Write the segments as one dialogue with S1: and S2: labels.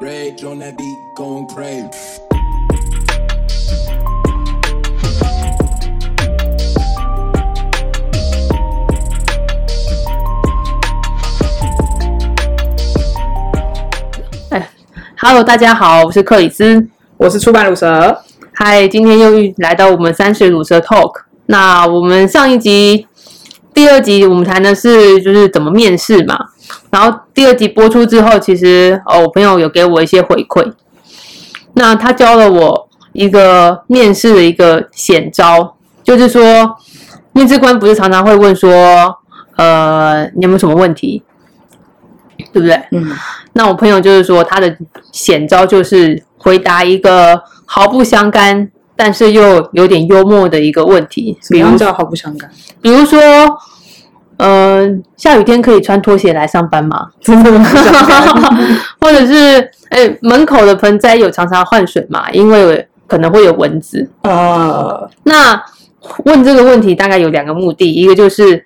S1: Rage on that beat, going crazy.
S2: 哎，Hello，大家好，我是克里斯。
S3: 我是出版乳蛇，
S2: 嗨，今天又遇来到我们三水乳蛇 Talk。那我们上一集、第二集我们谈的是就是怎么面试嘛，然后第二集播出之后，其实哦，我朋友有给我一些回馈，那他教了我一个面试的一个险招，就是说面试官不是常常会问说，呃，你有没有什么问题，对不对？
S3: 嗯，
S2: 那我朋友就是说，他的险招就是回答一个毫不相干，但是又有点幽默的一个问题，
S3: 怎
S2: 比
S3: 么
S2: 如
S3: 样叫毫不相干？
S2: 比如说，呃，下雨天可以穿拖鞋来上班 吗？
S3: 真的吗？
S2: 或者是，哎，门口的盆栽有常常换水吗？因为有可能会有蚊子。啊
S3: 呃，
S2: 那问这个问题大概有两个目的，一个就是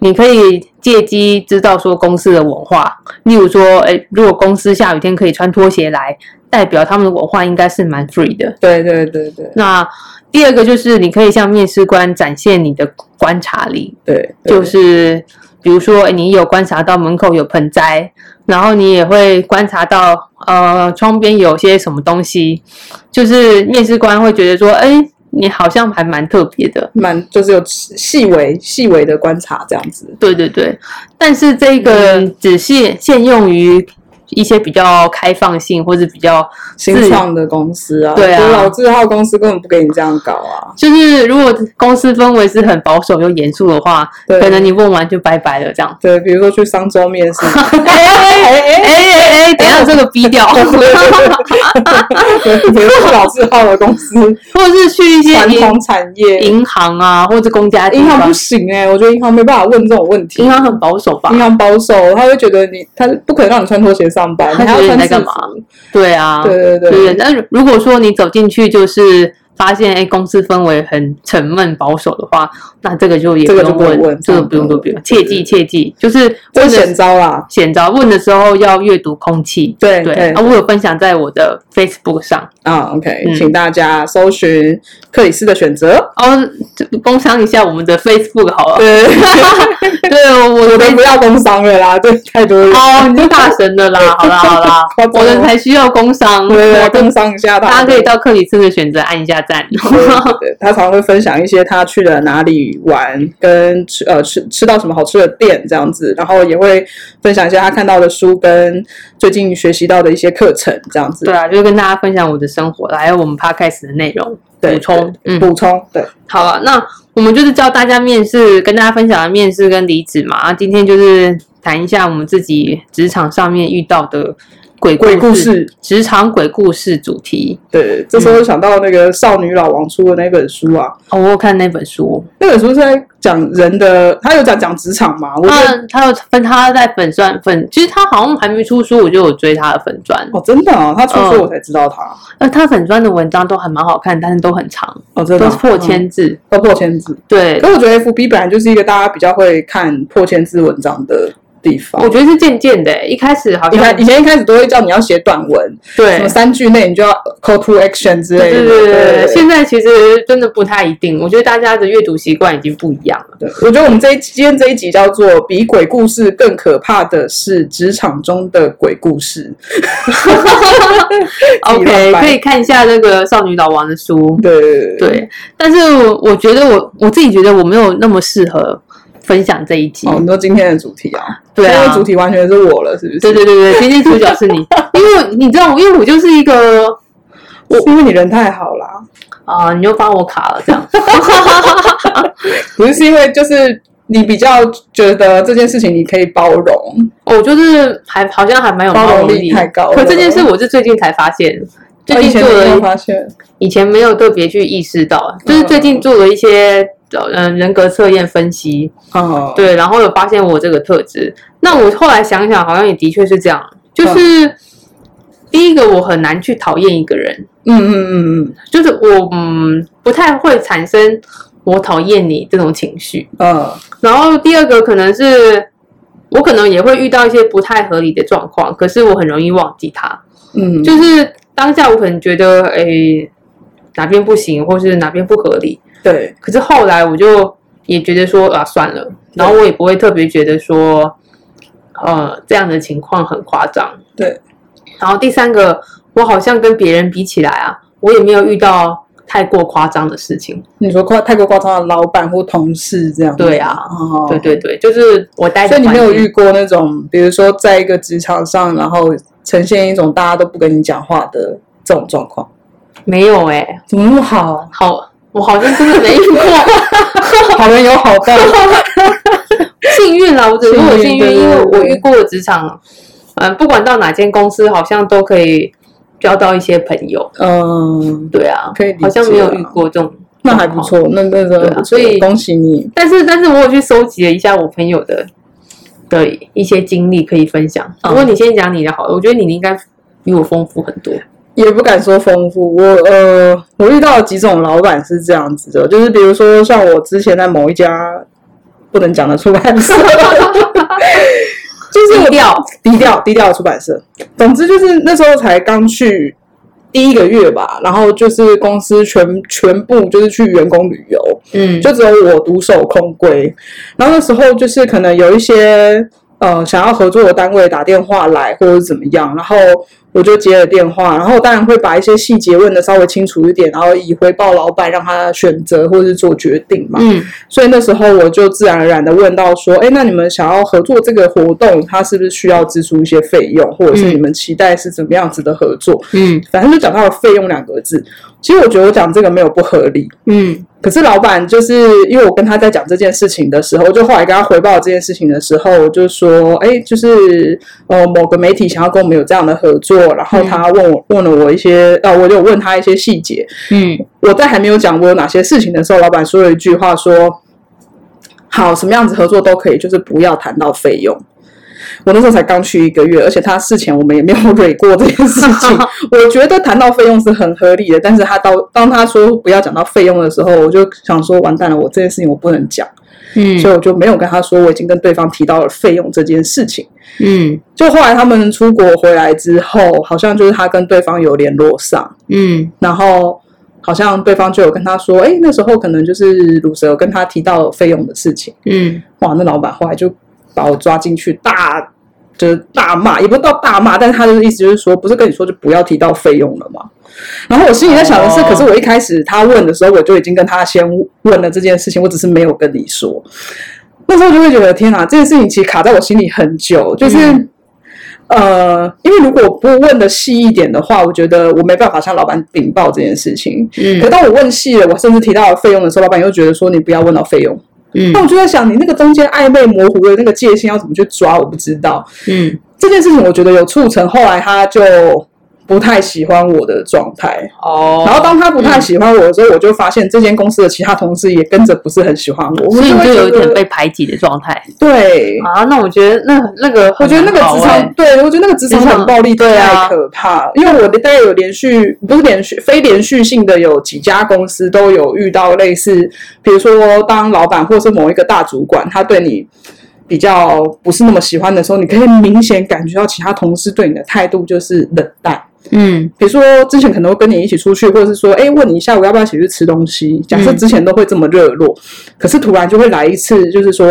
S2: 你可以借机知道说公司的文化，例如说，诶，如果公司下雨天可以穿拖鞋来，代表他们的文化应该是蛮 free 的。
S3: 对对对对
S2: 那第二个就是你可以向面试官展现你的观察力，
S3: 对，对
S2: 就是比如说诶你有观察到门口有盆栽，然后你也会观察到呃窗边有些什么东西，就是面试官会觉得说，哎，你好像还蛮特别的。
S3: 蛮就是有细微细微的观察这样子。
S2: 对对对，但是这个只限限用于一些比较开放性或者比较
S3: 新
S2: 自由
S3: 创的公司啊，
S2: 对啊
S3: 就老字号公司根本不给你这样搞啊。
S2: 就是如果公司氛围是很保守又严肃的话，
S3: 对
S2: 可能你问完就拜拜了这样。
S3: 对，比如说去商周面试，
S2: 哎 哎哎哎，等一下这个逼掉，或
S3: 对比如说老字号的公 司，
S2: 者是去一些
S3: 传
S2: 银
S3: 统产业，
S2: 银行啊，或者公家地
S3: 银行
S2: 方
S3: 不行哎，我觉得银行没办法问这种问题
S2: 银。行很保守吧
S3: 银？行保守，他会觉得你，他不可能让你穿拖鞋上班，
S2: 他
S3: 你还
S2: 觉得
S3: 要
S2: 你
S3: 穿
S2: 在
S3: 制
S2: 干
S3: 服。
S2: 嘛对啊，
S3: 对对
S2: 对，但是如果说你走进去就是发现，哎，公司氛围很沉闷保守的话，那这个就也
S3: 这个就
S2: 用
S3: 不用
S2: 问，
S3: 问
S2: 这个不用
S3: 这
S2: 都
S3: 个
S2: 不用，
S3: 对
S2: 切
S3: 对
S2: 记
S3: 对
S2: 切记，就是
S3: 这
S2: 问
S3: 是
S2: 的
S3: 险招啦。
S2: 险招，问的时候要阅读空气。
S3: 对
S2: 对，啊，我有分享在我的 Facebook 上
S3: 啊，OK，、
S2: 嗯
S3: 请大家搜寻克里斯的 选择。
S2: 哦，这工商一下我们的 Facebook 好了。
S3: 对，
S2: 对，哦我
S3: 我
S2: 我的
S3: 们不要工伤了啦， 对，太多人，
S2: 哦，你是大神的啦，好啦好 啦
S3: 夸，张
S2: 我的
S3: 了
S2: 才需要工商，
S3: 对
S2: 我
S3: 对，
S2: 的
S3: 工伤一下他，
S2: 大家可以到克里斯的选择按一下赞。
S3: 对。对 对他常会分享一些他去了哪里玩，跟吃呃吃吃到什么好吃的店这样子，然后也会分享一些他看到的书跟最近学习到的一些课程这样子。
S2: 对啊，就跟大家分享我的生活啦，还有我们 podcast 的内容
S3: 对
S2: 补充。嗯，
S3: 补充，对，
S2: 好了，那我们就是教大家面试，跟大家分享的面试跟离职嘛。啊，今天就是谈一下我们自己职场上面遇到的鬼
S3: 鬼故
S2: 事，
S3: 事，
S2: 职场鬼故事主题。
S3: 对，这时
S2: 嗯
S3: 候想到那个少女老王出的那本书啊，
S2: 哦，我有看那本书，
S3: 那本书是在讲人的，他有讲讲职场嘛，我觉得、
S2: 他他有分他在粉钻粉，其实他好像还没出书，我就有追他的粉钻。
S3: 哦，真的哦，他出
S2: 嗯
S3: 书我才知道他。
S2: 呃，他粉钻的文章都还蛮好看，但是都很长，
S3: 哦，真的
S2: 都
S3: 哦
S2: 是破、
S3: 嗯
S2: 千字。
S3: 都破千字。
S2: 对
S3: 可，我觉得 FB 本来就是一个大家比较会看破千字文章的地方。
S2: 我觉得是渐渐的，一开始好
S3: 以
S2: 像
S3: 前以前一开始都会叫你要写短文，
S2: 对
S3: 什么三句内你就要呃 call to action 之类
S2: 对
S3: 的。
S2: 对对，
S3: 对
S2: 对，现在其实真的不太一定，我觉得大家的阅读习惯已经不一样 了。
S3: 对我觉得我们这一集今天这一集叫做“比鬼故事更可怕的是职场中的鬼故事
S2: OK，可以
S3: 以。
S2: 看一下这个少女老王的书，
S3: 对对对
S2: 对，但是我我觉得我我自己觉得我没有那么适合分享这一集，
S3: 哦，你说今天的主题啊？
S2: 对啊
S3: 今天的主题完全是我了，是不是？
S2: 对对对 对，今天主角是你，因为你知道，因为我就是一个
S3: 我因为你人太好啦。
S2: 啊、你又帮我卡了这 样，
S3: 不是是因为就是你比较觉得这件事情你可以包容，
S2: 我就是还好像还蛮有
S3: 包
S2: 容
S3: 容力太高了
S2: 可这件事我是最近才发现，最
S3: 我哦以
S2: 近
S3: 前
S2: 做
S3: 没
S2: 了一
S3: 有发现，
S2: 以前没有特别去意识到，啊就是最近做了一些嗯人格测验分析，
S3: 哦，
S2: 对，然后有发现我这个特质。那我后来想想，好像也的确是这样，啊就是、第一个我很难去讨厌一个人，
S3: 嗯嗯嗯
S2: 就是我嗯不太会产生我讨厌你这种情绪。
S3: 嗯嗯，
S2: 然后第二个可能是我可能也会遇到一些不太合理的状况，可是我很容易忘记它。
S3: 嗯，
S2: 就是当下我可能觉得，诶，哪边不行，或是哪边不合理，
S3: 对，
S2: 可是后来我就也觉得说啊，算了，然后我也不会特别觉得说，呃，这样的情况很夸张。
S3: 对。
S2: 然后第三个，我好像跟别人比起来啊，我也没有遇到太过夸张的事情。
S3: 你说夸太过夸张的老板或同事这样子，
S2: 对啊
S3: 哦、哎
S2: 对对对，就是我待的
S3: 所以你没有
S2: 环境
S3: 遇过那种，比如说在一个职场上，然后呈现一种大家都不跟你讲话的这种状况，
S2: 没有哎、
S3: 怎么那么好？
S2: 好，我好像真的没遇过，
S3: 好人有好报，
S2: 幸运啊 啦，我只能说我幸
S3: 幸运对
S2: 运，因为
S3: 对对
S2: 我遇过的职场，嗯、不管到哪间公司，好像都可以交到一些朋友。
S3: 嗯，
S2: 对啊，
S3: 可以理解
S2: 好像没有
S3: 啦
S2: 遇过这种，
S3: 那还不。错，那那
S2: 对
S3: 个
S2: 啊
S3: 不错，
S2: 所以
S3: 恭喜你，
S2: 但是，但是我有去搜集了一下我朋友的的一些经历可以分享。
S3: 嗯
S2: 如果你先讲你的好了，我觉得你应该比我丰富很多。
S3: 也不敢说丰富。我呃，我遇到几种老板是这样子的，就是比如说像我之前在某一家不能讲的出版社， 就是
S2: 低调，
S3: 低调低调的出版社。总之就是那时候才刚去第一个月吧，然后就是公司全全部就是去员工旅游，
S2: 嗯，
S3: 就只有我独守空闺。然后那时候就是可能有一些呃想要合作的单位打电话来或者是怎么样，然后我就接了电话，然后当然会把一些细节问的稍微清楚一点，然后以回报老板让他选择或是做决定嘛。
S2: 嗯
S3: 所以那时候我就自然而然的问到说，哎，那你们想要合作这个活动，它是不是需要支出一些费用，或者是
S2: 嗯
S3: 你们期待是怎么样子的合作？
S2: 嗯
S3: 反正就讲到了费用两个字。其实我觉得我讲这个没有不合理，
S2: 嗯
S3: 可是老板就是因为我跟他在讲这件事情的时候，就后来跟他回报这件事情的时候，我就说，哎，就是呃某个媒体想要跟我们有这样的合作，然后他问我问了我一些，呃，我就问他一些细节。
S2: 嗯
S3: 我在还没有讲我有哪些事情的时候，老板说了一句话说。好，什么样子合作都可以，就是不要谈到费用。我那时候才刚去一个月，而且他事前我们也没有蕊过这件事情。我觉得谈到费用是很合理的，但是他到当他说不要讲到费用的时候，我就想说完蛋了，我这件事情我不能讲，
S2: 嗯
S3: 所以我就没有跟他说我已经跟对方提到了费用这件事情。
S2: 嗯
S3: 就后来他们出国回来之后，好像就是他跟对方有联络上，
S2: 嗯
S3: 然后好像对方就有跟他说，哎，那时候可能就是鲁蛇有跟他提到费用的事情。
S2: 嗯
S3: 哇，那老板后来就把我抓进去大。就是大骂，也不到大骂，但是他的意思就是说，不是跟你说就不要提到费用了嘛。然后我心里在想的是，
S2: 哦
S3: 可是我一开始他问的时候，我就已经跟他先问了这件事情，我只是没有跟你说。那时候就会觉得，天哪，这件事情其实卡在我心里很久，就是、
S2: 嗯
S3: 呃，因为如果不问的细一点的话，我觉得我没办法向老板禀报这件事情。可
S2: 嗯
S3: 当我问细了，我甚至提到了费用的时候，老板又觉得说你不要问到费用。
S2: 嗯
S3: 那我就在想，你那个中间暧昧模糊的那个界限要怎么去抓？我不知道
S2: 嗯
S3: 这件事情，我觉得有促成后来他就不太喜欢我的状态。
S2: 哦，
S3: 然后当他不太喜欢我的时候，我就发现这间公司的其他同事也跟着不是很喜欢我，我
S2: 所以
S3: 就
S2: 你
S3: 会
S2: 就有一
S3: 觉
S2: 点
S3: 得
S2: 被排挤的状态
S3: 对。
S2: 啊。那我觉得那那个
S3: 我
S2: 很
S3: 觉得那
S2: 难
S3: 个
S2: 搞欸，
S3: 职场，对我觉得那个职场
S2: 职场
S3: 很暴力，
S2: 对啊
S3: 太可怕了。因为我大概有连续，不是连续，非连续性的有几家公司都有遇到类似，比如说当老板或是某一个大主管，他对你比较不是那么喜欢的时候，你可以明显感觉到其他同事对你的态度就是冷淡。
S2: 嗯
S3: 比如说之前可能会跟你一起出去，或者是说，哎，问你一下午要不要一起去吃东西。假设
S2: 嗯
S3: 之前都会这么热络，可是突然就会来一次，就是说，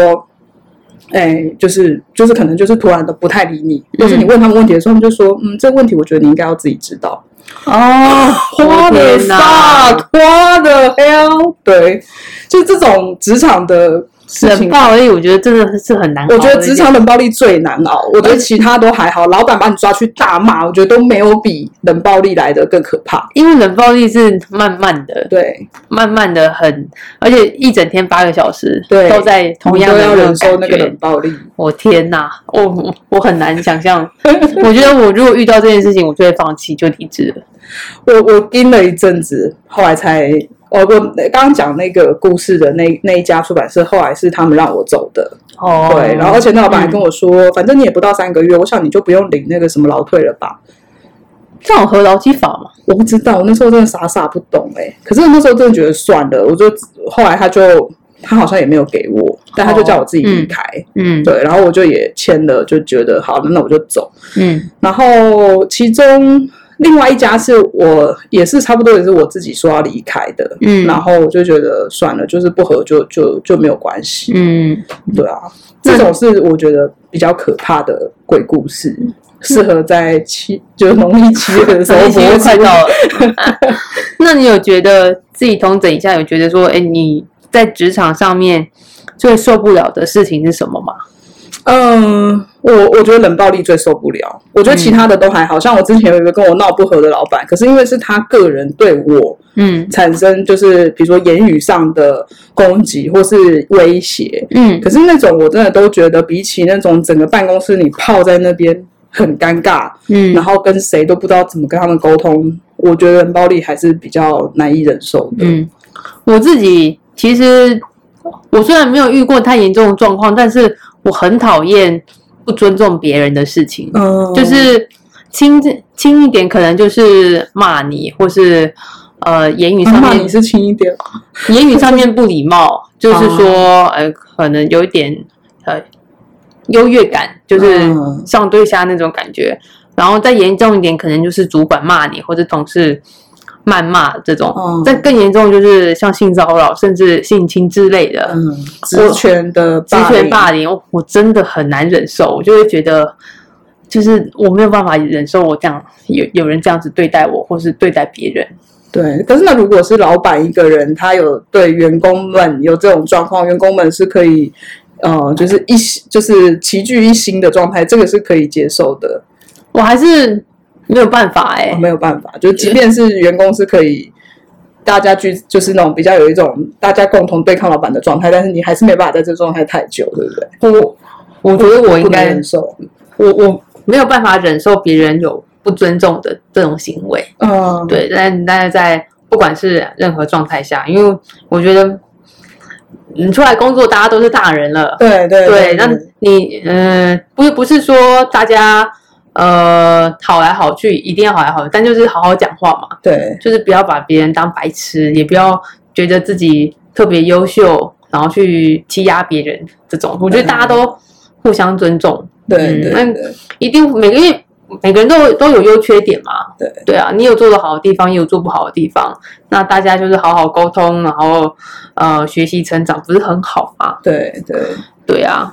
S3: 哎，就是就是可能就是突然的不太理你，
S2: 嗯
S3: 或是你问他们问题的时候，他们就说，嗯，这个问题我觉得你应该要自己知道。
S2: 哦，
S3: 花的
S2: 天哪
S3: fuck，花的 hell，对，就是这种职场的事
S2: 冷
S3: 情。
S2: 暴力，我觉得真的是很难。
S3: 我觉得职场，冷暴力最难熬，我觉得其他都还好，老板把你抓去大骂，我觉得都没有比冷暴力来的更可怕。
S2: 因为冷暴力是慢慢的，
S3: 对，
S2: 慢慢的很，而且一整天八个小时，
S3: 对
S2: 都在同
S3: 你
S2: 样
S3: 都
S2: 的
S3: 要
S2: 那
S3: 忍
S2: 种
S3: 受那
S2: 感
S3: 个
S2: 觉
S3: 冷。暴力。
S2: 我天哪，我我我很难想象。 我觉得我如果遇到这件事情，我就会放弃，就离职了。
S3: 我我盯了一阵子，后来才我我刚刚讲那个故事的那那一家出版社，后来是他们让我走的。
S2: 哦
S3: 对，然后而且那老板还跟
S2: 我、
S3: 我说，反正你也不到三个月，我想你就不用领那个什么劳退了吧。嗯
S2: 这种合劳基法嘛，
S3: 我欸不知道，我那时候真的傻傻不懂哎、可是我那时候真的觉得算了，我就后来他就他好像也没有给我，但他就叫我自己离
S2: 嗯
S3: 开。
S2: 嗯
S3: 对，然后我就也签了，就觉得好，那我就走。
S2: 嗯
S3: 然后其中另外一家是我也是差不多也是我自己说要离开的，
S2: 嗯
S3: 然后我就觉得算了，就是不合就就就没有关系，
S2: 嗯，
S3: 对啊，
S2: 那
S3: 这种是我觉得比较可怕的鬼故事，
S2: 嗯
S3: 适合在七就是农历七月的时候
S2: 所以
S3: 播
S2: 其实嗯快
S3: 出
S2: 到了。 那你有觉得自己同整一下，有觉得说，哎，你在职场上面最受不了的事情是什么吗？
S3: 嗯，我我觉得冷暴力最受不了，我觉得其他的都还好、像我之前有一个跟我闹不和的老板，可是因为是他个人对我。
S2: 嗯
S3: 产生就是比如说言语上的攻击或是威胁。
S2: 嗯
S3: 可是那种我真的都觉得，比起那种整个办公室你泡在那边很尴尬，
S2: 嗯
S3: 然后跟谁都不知道怎么跟他们沟通，我觉得冷暴力还是比较难以忍受的。
S2: 嗯，我自己其实我虽然没有遇过太严重的状况，但是我很讨厌不尊重别人的事情，
S3: 嗯
S2: 就是轻轻一点，可能就是骂你，或是呃言语上
S3: 哦骂
S2: 面
S3: 你是轻一点，
S2: 言语上面不礼貌， 就是说，
S3: 哦
S2: 呃，可能有一点呃优越感，就是
S3: 嗯
S2: 上对下那种感觉。然后再严重一点，可能就是主管骂你，或者同事谩骂这种。
S3: 嗯
S2: 再更严重就是像性骚扰，甚至性侵之类的。
S3: 嗯，职权的
S2: 职
S3: 霸
S2: 权
S3: 凌
S2: 霸凌，我我真的很难忍受，我就会觉得，就是我没有办法忍受我这样有有人这样子对待我，或是对待别人。
S3: 对，可是那如果是老板一个人，他有对员工们有这种状况，员工们是可以，呃，就是一起就是齐聚一心的状态，这个是可以接受的。
S2: 我还是没有办法哎、
S3: 哦没有办法，就即便是员工是可以大家聚，就是那种比较有一种大家共同对抗老板的状态，但是你还是没办法在这状态太久，对不对？
S2: 我我觉得我应
S3: 不能
S2: 该
S3: 忍，受。
S2: 我我没有办法忍受别人有不尊重的这种行为。
S3: 嗯，
S2: 对，但但是在不管是任何状态下，因为我觉得你出来工作，大家都是大人了。
S3: 对对
S2: 对，那你嗯、呃，不是不是说大家呃好来好去，一定要好来好去，但就是好好讲话嘛，
S3: 对
S2: 就是不要把别人当白痴，也不要觉得自己特别优秀，然后去欺压别人这种。我觉得大家都互相尊重，
S3: 对对
S2: 嗯那
S3: 对
S2: 一定每个月每个人都有都有优缺点嘛。
S3: 对
S2: 对啊，你有做的好的地方，也有做不好的地方。那大家就是好好沟通，然后呃学习成长，不是很好吗？
S3: 对对。
S2: 对啊，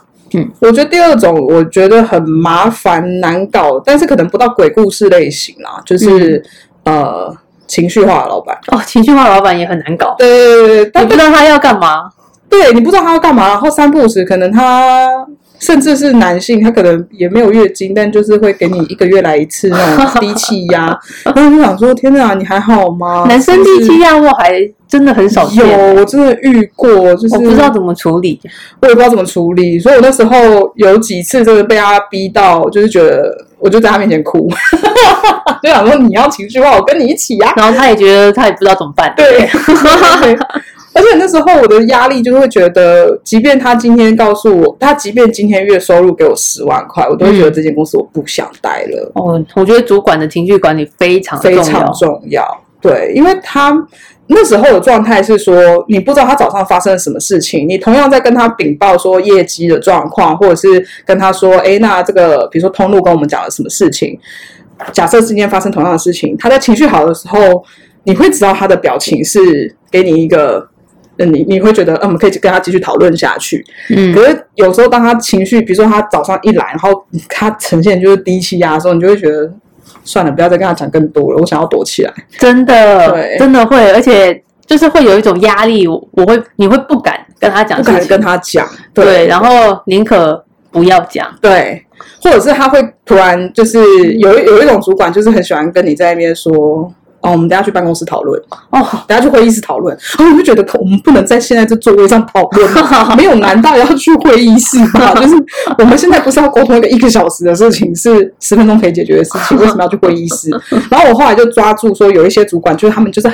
S3: 我觉得第二种，我觉得很麻烦、难搞，但是可能不到鬼故事类型啦，就是、呃情绪化的老板。
S2: 哦，情绪化老板也很难搞，
S3: 对对对对，
S2: 你
S3: 但
S2: 不知道他要干嘛。
S3: 对你不知道他要干嘛，然后三不五时，可能他甚至是男性，他可能也没有月经，但就是会给你一个月来一次那种低气压，然后我就想说，天哪，你还好吗？
S2: 男生
S3: 是不
S2: 力
S3: 哦是
S2: 气压我还真的很少见，
S3: 有，我真的遇过，就是
S2: 我不知道怎么处理。
S3: 我也不知道怎么处理，所以我那时候有几次真的被他逼到，就是觉得我就在他面前哭， 就想说你要情绪化，我跟你一起呀、
S2: 然后他也觉得他也不知道怎么办。
S3: 对， 而且那时候我的压力就会觉得，即便他今天告诉我，他即便今天月收入给我十万块，我都会觉得这间公司我不想待了，
S2: 哦，我觉得主管的情绪管理非常重
S3: 非
S2: 要。
S3: 常重要。对，因为他那时候的状态是说，你不知道他早上发生了什么事情，你同样在跟他禀报说业绩的状况，或者是跟他说，哎，那这个比如说通路跟我们讲了什么事情，假设今天发生同样的事情，他在情绪好的时候，你会知道他的表情是给你一个。嗯，你你会觉得，嗯，我们可以跟他继续讨论下去。
S2: 嗯
S3: 可是有时候当他情绪，比如说他早上一来，然后他呈现就是低气压的时候，你就会觉得算了，不要再跟他讲更多了，我想要躲起来。
S2: 真的
S3: 对
S2: 真的会，而且就是会有一种压力，我我会你会不敢跟他讲
S3: 不
S2: 事情，
S3: 敢跟他讲，
S2: 嗯对
S3: 对
S2: 然后宁可不要讲。
S3: 对，或者是他会突然就是有一有一种主管就是很喜欢跟你在那边说，哦，我们等一下去办公室讨论，
S2: 哦，
S3: 等一下去会议室讨论，然后我就觉得可我们不能在现在这座位上讨 论吗，没有，难道要去会议室吗？就是我们现在不是要沟通一个一个小时的事情，是十分钟可以解决的事 情，为什么要去会议室？然后我后来就抓住说，有一些主管就是他们就是。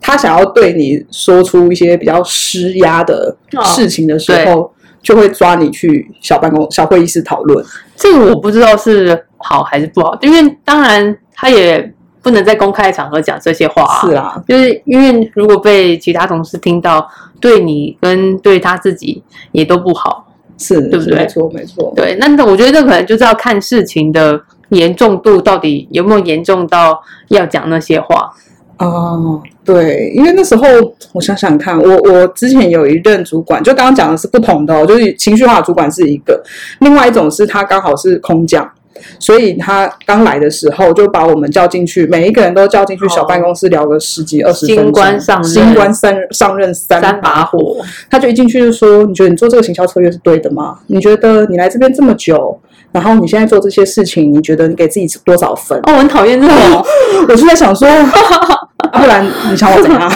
S3: 他想要对你说出一些比较施压的事情的时
S2: 哦
S3: 候，就会抓你去小办公、小会议室讨论。
S2: 这个我不知道是好还是不好，因为当然他也不不能在公开的场合讲这些话、啊。
S3: 是啊，
S2: 就是因为如果被其他同事听到，对你跟对他自己也都不好。
S3: 是，
S2: 对不对
S3: 没错，没错。
S2: 对，那那我觉得这可能就是要看事情的严重度到底有没有严重到要讲那些话。
S3: 哦，对，因为那时候我想想看，我我之前有一任主管，就刚刚讲的是不同的、哦，就是情绪化的主管是一个，另外一种是他刚好是空降，所以他刚来的时候就把我们叫进去，每一个人都叫进去小办公室聊个十几二十分
S2: 哦
S3: 钟。
S2: 新官上任
S3: 新官三上任三
S2: 三把火，
S3: 他就一进去就说：“你觉得你做这个行销策略是对的吗？你觉得你来这边这么久，然后你现在做这些事情，你觉得你给自己多少分？”
S2: 哦，我很讨厌这 种，
S3: 我就在想说， 啊不然你想我怎样？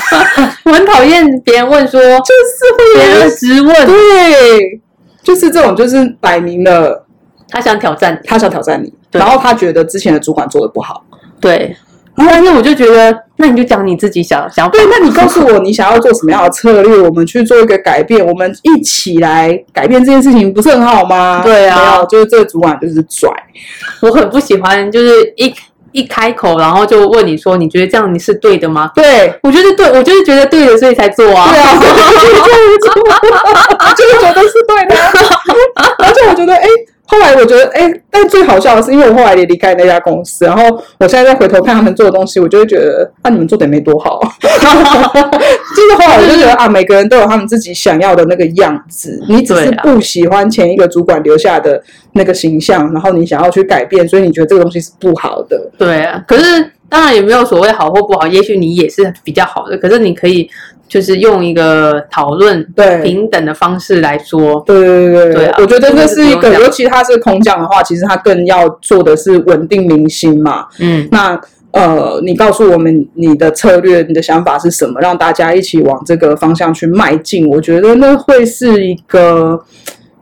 S2: 我很讨厌别人问说
S3: 就是
S2: 别
S3: 会有
S2: 人
S3: 人
S2: 直问，
S3: 对，就是这种，就是摆明了
S2: 他想挑战你。
S3: 他想挑战你，
S2: 对
S3: 然后他觉得之前的主管做的不好。
S2: 对，但是我就觉得，那你就讲你自己想想法
S3: 对，。那你告诉我你想要做什么样的策略，我们去做一个改变，我们一起来改变这件事情，不是很好吗？
S2: 对啊
S3: 没有就是这个主管就是拽，
S2: 我很不喜欢，就是一一开口，然后就问你说，你觉得这样你是对的吗？
S3: 对。
S2: 我觉得对，我就是觉得对的，所以才做 啊。
S3: 对啊，所以就是这样子我就是觉得是对的啊，而且我觉得，哎、后来我觉得，哎、但最好笑的是，因为我后来也离开那家公司，然后我现在再回头看他们做的东西，我就会觉得，啊那、你们做的也没多好， 就是后来我就觉得啊，每个人都有他们自己想要的那个样子，你只是
S2: 对啊
S3: 不喜欢前一个主管留下的那个形象，然后你想要去改变，所以你觉得这个东西是不好的。
S2: 对啊，可是当然也没有所谓好或不好，也许你也是比较好的，可是你可以就是用一个讨论
S3: 对，
S2: 平等的方式来说。
S3: 对对对对
S2: 对啊
S3: 我觉得这是一
S2: 这个
S3: 个，
S2: 是不用讲
S3: 尤其他是空降的话，其实他更要做的是稳定民心嘛。
S2: 嗯，
S3: 那呃，你告诉我们你的策略、你的想法是什么，让大家一起往这个方向去迈进。我觉得那会是一个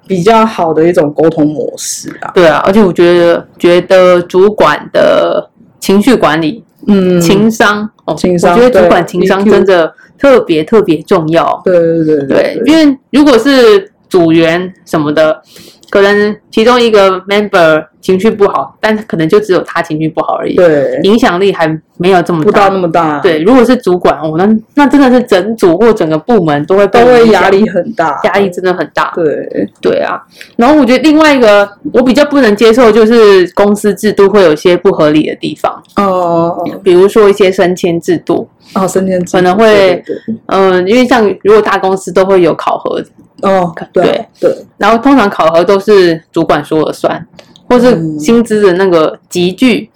S3: 比较好的一种沟通模式啊。
S2: 对啊，而且我觉得觉得主管的情绪管理、
S3: 嗯，
S2: 情商哦，
S3: 情商
S2: 我觉得主管
S3: 对
S2: 情商
S3: EQ
S2: 真的特别特别重要。
S3: 对对对
S2: 对，
S3: 对
S2: 因为如果是组员什么的，可能其中一个 member 情绪不好，但可能就只有他情绪不好而已，
S3: 对，
S2: 影响力还没有这么
S3: 不
S2: 大
S3: 到。那么大，，
S2: 对，如果是主管，哦，那那真的是整组或整个部门都会被
S3: 都会
S2: 影响
S3: 压力，很大，
S2: 压力真的很大。
S3: 对，
S2: 对啊，然后我觉得另外一个我比较不能接受就是公司制度会有一些不合理的地方，
S3: 哦
S2: 比如说一些升迁制度，
S3: 哦，升天
S2: 可能会
S3: 对对对
S2: 嗯、因为像如果大公司都会有考核，
S3: 哦，对对，
S2: 然后通常考核都是主管说了算，或是
S3: 嗯
S2: 薪资的那个集聚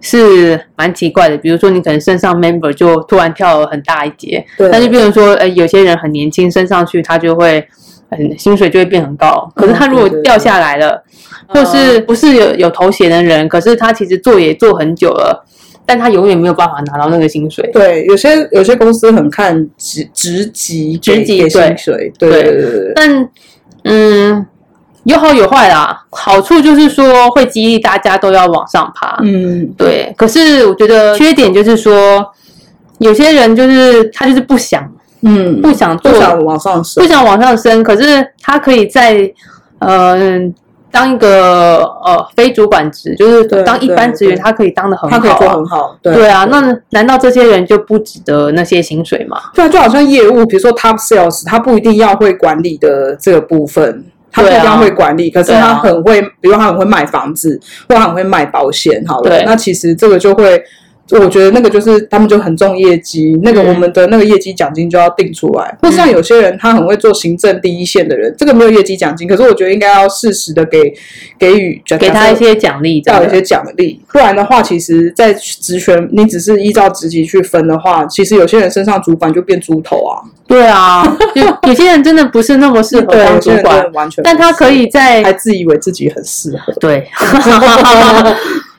S2: 是蛮奇怪的。比如说你可能升上 member 就突然跳了很大一截，
S3: 对
S2: 但是变成说，呃，有些人很年轻升上去，他就会。嗯，薪水就会变很高，可是他如果
S3: 嗯对对
S2: 掉下来了，
S3: 嗯对
S2: 或是不是有有头衔的人，可是他其实做也做很久了，但他永远没有办法拿到那个薪水。
S3: 对，有些有些公司很看职职级给
S2: 职级
S3: 给
S2: 对
S3: 薪水，对对对对对，
S2: 但嗯，有好有坏啦。好处就是说会激励大家都要往上爬，
S3: 嗯，
S2: 对。可是我觉得缺点就是说，有些人就是他就是不想
S3: 嗯，
S2: 不想做
S3: 不想往上升
S2: 不，想往上升，可是他可以在呃当一个呃非主管职，就是
S3: 对
S2: 当一
S3: 对
S2: 般职员，
S3: 对
S2: 他可以当的很好、
S3: 他
S2: 啊，
S3: 可以做很好，对
S2: 对啊，那难道这些人就不值得那些薪水吗？
S3: 对啊，就好像业务，比如说 top sales，他不一定要会管理的这个部分，
S2: 啊
S3: 他不一定要会管理，可是
S2: 对
S3: 他
S2: 啊
S3: 很会，比如他很会卖房子，或他很会卖保险，好了
S2: 对，
S3: 那其实这个就会。我觉得那个就是他们就很重业绩，那个
S2: 嗯
S3: 我们的那个业绩奖金就要定出来。或像有些人他很会做行政第一线的人，这个没有业绩奖金，可是我觉得应该要适时的给给予
S2: 给他一些奖励，这
S3: 要
S2: 样
S3: 有一些奖励，不然的话，其实，在职权你只是依照职级去分的话，其实有些人身上主管就变猪头啊，
S2: 对 啊，就有些人真的不是那么适合当
S3: 有
S2: 主
S3: 些人真
S2: 管
S3: 的，完全不是，
S2: 但他可以
S3: 还
S2: 在
S3: 自以为自己很适合，
S2: 对，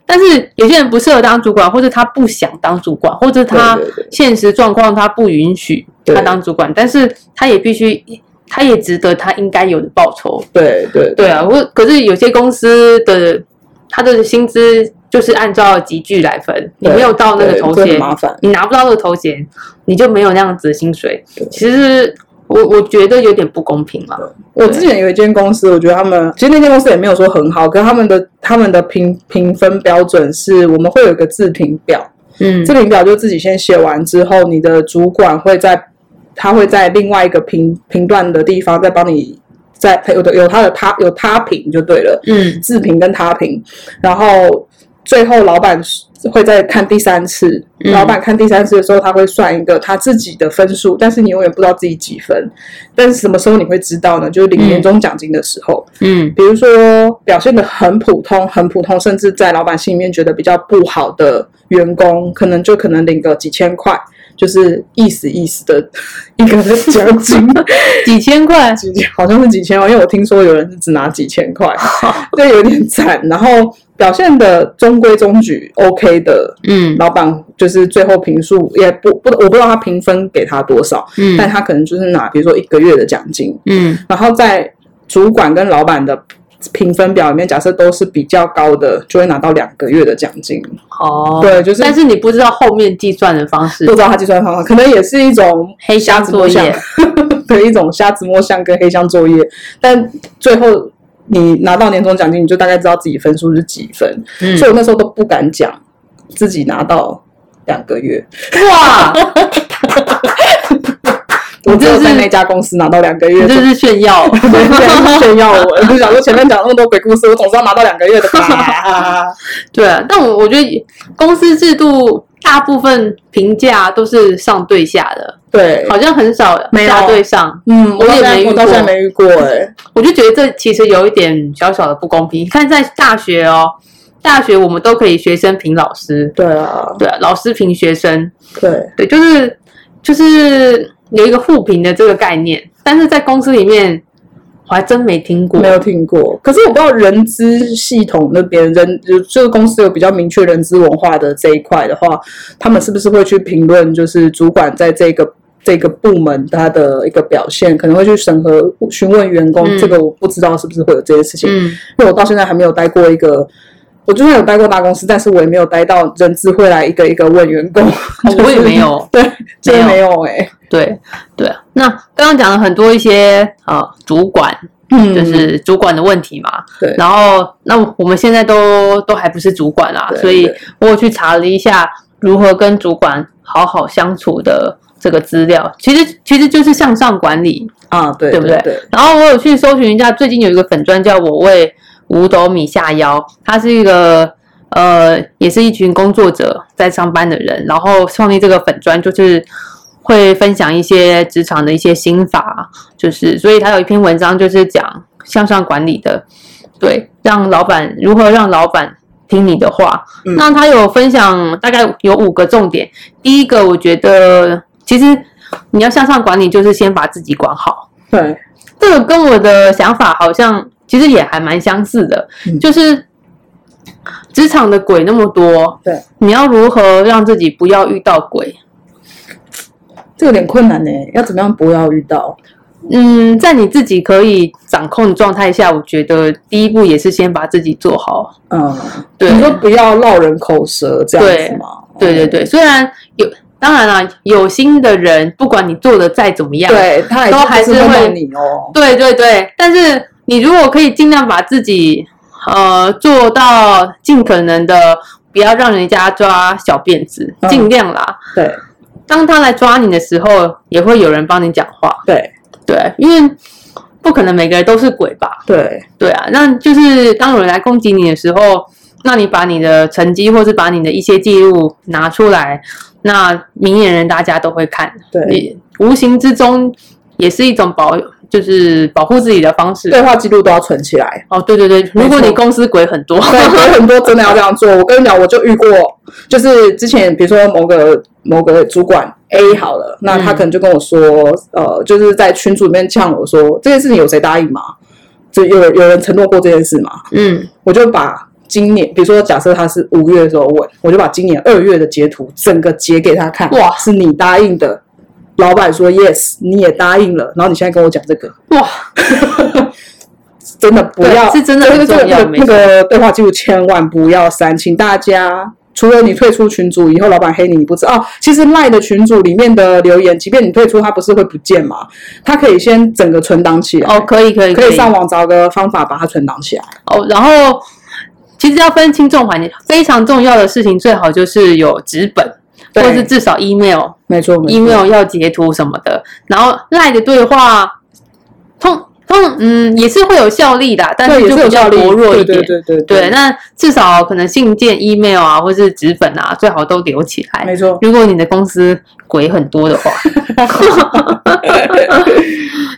S2: 但是有些人不适合当主管，或者他不想当主管，或者他
S3: 对对对
S2: 现实状况他不允许
S3: 对
S2: 他当主管，但是他也必须，他也值得他应该有的报酬。
S3: 对对
S2: 对啊，我可是有些公司的他的薪资就是按照集聚来分，你
S3: 对
S2: 没有到那个
S3: 对
S2: 头
S3: 这很
S2: 衔，
S3: 麻烦，
S2: 你拿不到这个头衔，你就没有那样子的薪水
S3: 对。
S2: 其实我我觉得有点不公平了。
S3: 我之前有一间公司，我觉得他们其实那间公司也没有说很好，可是他们的他们的评评分标准是我们会有一个自评表，
S2: 嗯
S3: 这领表就自己先写完之后，你的主管会在他会在另外一个评评断的地方再帮你再有的有他的他有他评就对了，
S2: 嗯
S3: 自评跟他评，然后最后老板会再看第三次，
S2: 嗯
S3: 老板看第三次的时候，他会算一个他自己的分数，但是你永远不知道自己几分，但是什么时候你会知道呢？就是领年终奖金的时候，
S2: 嗯
S3: 比如说表现的很普通、很普通，甚至在老板心里面觉得比较不好的员工，可能就可能领个几千块，就是意思意思的 一个奖金，
S2: 几千块，
S3: 几千好像是几千哦，因为我听说有人是只拿几 千块，对，有点惨。然后表现的中规中矩，OK 的。
S2: 嗯
S3: 老板就是最后评数也不不，我不知道他评分给他多少，但
S2: 嗯
S3: 他可能就是拿比如说一个月的奖金，
S2: 嗯
S3: 然后在主管跟老板的评分表里面，假设都是比较高的，就会拿到两个月的奖金。
S2: 哦，
S3: 对，就是
S2: 但是你不知道后面计算的方式
S3: 不，知道他计算方法，可能也是一种
S2: 黑箱
S3: 瞎子摸
S2: 作
S3: 象
S2: 业
S3: 的一种瞎子摸象跟黑箱作业。但最后你拿到年终奖金，你就大概知道自己分数是几分。
S2: 嗯
S3: 所以我那时候都不敢讲自己拿到两个月，
S2: 哇，
S3: 我只有
S2: 这是
S3: 在那家公司拿到两个月
S2: 你
S3: 的
S2: 这是炫耀，
S3: 对炫耀我，就想说前面讲那么多鬼故事，我总是要拿到两个月的 吧。
S2: 对啊，但我我觉得公司制度大部分评价都是上对下的，
S3: 对，
S2: 好像很少
S3: 没有
S2: 下对上。
S3: 嗯，我
S2: 我
S3: 到
S2: 也
S3: 现在
S2: 没遇
S3: 我到现在
S2: 过
S3: 没遇过哎，
S2: 我就觉得这其实有一点小小的不公平。你看，在大学哦，大学我们都可以学生评老师，
S3: 对啊，
S2: 对啊、老师评学生，
S3: 对，
S2: 对，就是就是有一个互评的这个概念，但是在公司里面我还真没听过
S3: 没。有听过。可是我不知道人资系统那边人，就就是公司有比较明确人资文化的这一块的话，他们是不是会去评论，就是主管在这个。这个部门他的一个表现，可能会去审核、询问员工，
S2: 嗯
S3: 这个我不知道是不是会有这些事情。
S2: 嗯
S3: 因为我到现在还没有待过一个，我就算有待过大公司，但是我也没有待到人资会来一个一个问员工，就是
S2: 哦我也没有，
S3: 对，真的
S2: 没
S3: 没有哎、
S2: 对对啊，那刚刚讲了很多一些呃主管，
S3: 嗯
S2: 就是主管的问题嘛。
S3: 对
S2: 然后那我们现在都都还不是主管啦，
S3: 对
S2: 所以
S3: 对
S2: 我有去查了一下如何跟主管好好相处的这个资料，其实其实就是向上管理。
S3: 啊，对
S2: 对不对
S3: 对？
S2: 然后我有去搜寻一下，最近有一个粉专叫“我为五斗米下腰”，他是一个呃，也是一群工作者在上班的人，然后创立这个粉专就是。会分享一些职场的一些心法，就是所以他有一篇文章就是讲向上管理的，对，让老板如何让老板听你的话。
S3: 嗯
S2: 那他有分享大概有五个重点，第一个我觉得其实你要向上管理，就是先把自己管好，
S3: 对，
S2: 这个跟我的想法好像其实也还蛮相似的，
S3: 嗯
S2: 就是职场的鬼那么多，
S3: 对，
S2: 你要如何让自己不要遇到鬼？
S3: 这有点困难呢、要怎么样不要遇到？
S2: 嗯，在你自己可以掌控的状态下，我觉得第一步也是先把自己做好。
S3: 嗯，
S2: 对
S3: 你说不要落人口舌这样子吗？
S2: 对对对，虽然有，当然啦，有心的人，不管你做的再怎么样，
S3: 对，他
S2: 都还是
S3: 哦是
S2: 会
S3: 弄你哦。
S2: 对对对，但是你如果可以尽量把自己呃做到尽可能的，不要让人家抓小辫子，
S3: 嗯
S2: 尽量啦。
S3: 对
S2: 当他来抓你的时候，也会有人帮你讲话，
S3: 对
S2: 对，因为不可能每个人都是鬼吧？
S3: 对，
S2: 对啊，那就是当有人来攻击你的时候，那你把你的成绩或是把你的一些记录拿出来，那明眼人大家都会看，
S3: 对
S2: 你无形之中也是一种保，就是保护自己的方式。
S3: 对话记录都要存起来。
S2: 哦，对对对，
S3: 没
S2: 如果
S3: 错
S2: 你公司鬼很多，
S3: 对，所以很多真的要这样做。我跟你讲，我就遇过，就是之前比如说某个某个主管 A 好了，那他可能就跟我说，
S2: 嗯
S3: 呃，就是在群组里面呛我说这件事情有谁答应吗？就有人有人承诺过这件事吗？
S2: 嗯
S3: 我就把今年，比如说假设他是五月的时候问，我就把今年二月的截图整个截给他看，
S2: 哇
S3: 是你答应的。老板说 yes，你也答应了，然后你现在跟我讲这个，
S2: 哇，
S3: 真的不要，
S2: 对是真的很
S3: 这个
S2: 重要
S3: 这个
S2: 没
S3: 那
S2: 错
S3: 个对话记录千万不要删，请大家。除了你退出群组以后，老板黑你，你不知道。其实赖的群组里面的留言，即便你退出，它不是会不见吗？它可以先整个存档起来，
S2: 哦，可以可以
S3: 可以
S2: 以
S3: 上网找个方法把它存档起来。
S2: 哦，然后其实实要分轻重缓急，非常重要的事情最好就是有纸本，或
S3: 对
S2: 者是至少 email。
S3: 没错，没错
S2: email 要截图什么的，然后赖的对话，通通嗯也是会有效力的啊，但
S3: 对
S2: 是
S3: 也
S2: 就是
S3: 有
S2: 比
S3: 效
S2: 较
S3: 力
S2: 薄弱一点。
S3: 对对对
S2: 对，那至少可能信件、email 啊，或是纸本啊，最好都留起来。
S3: 没错
S2: 如果你的公司鬼很多的话，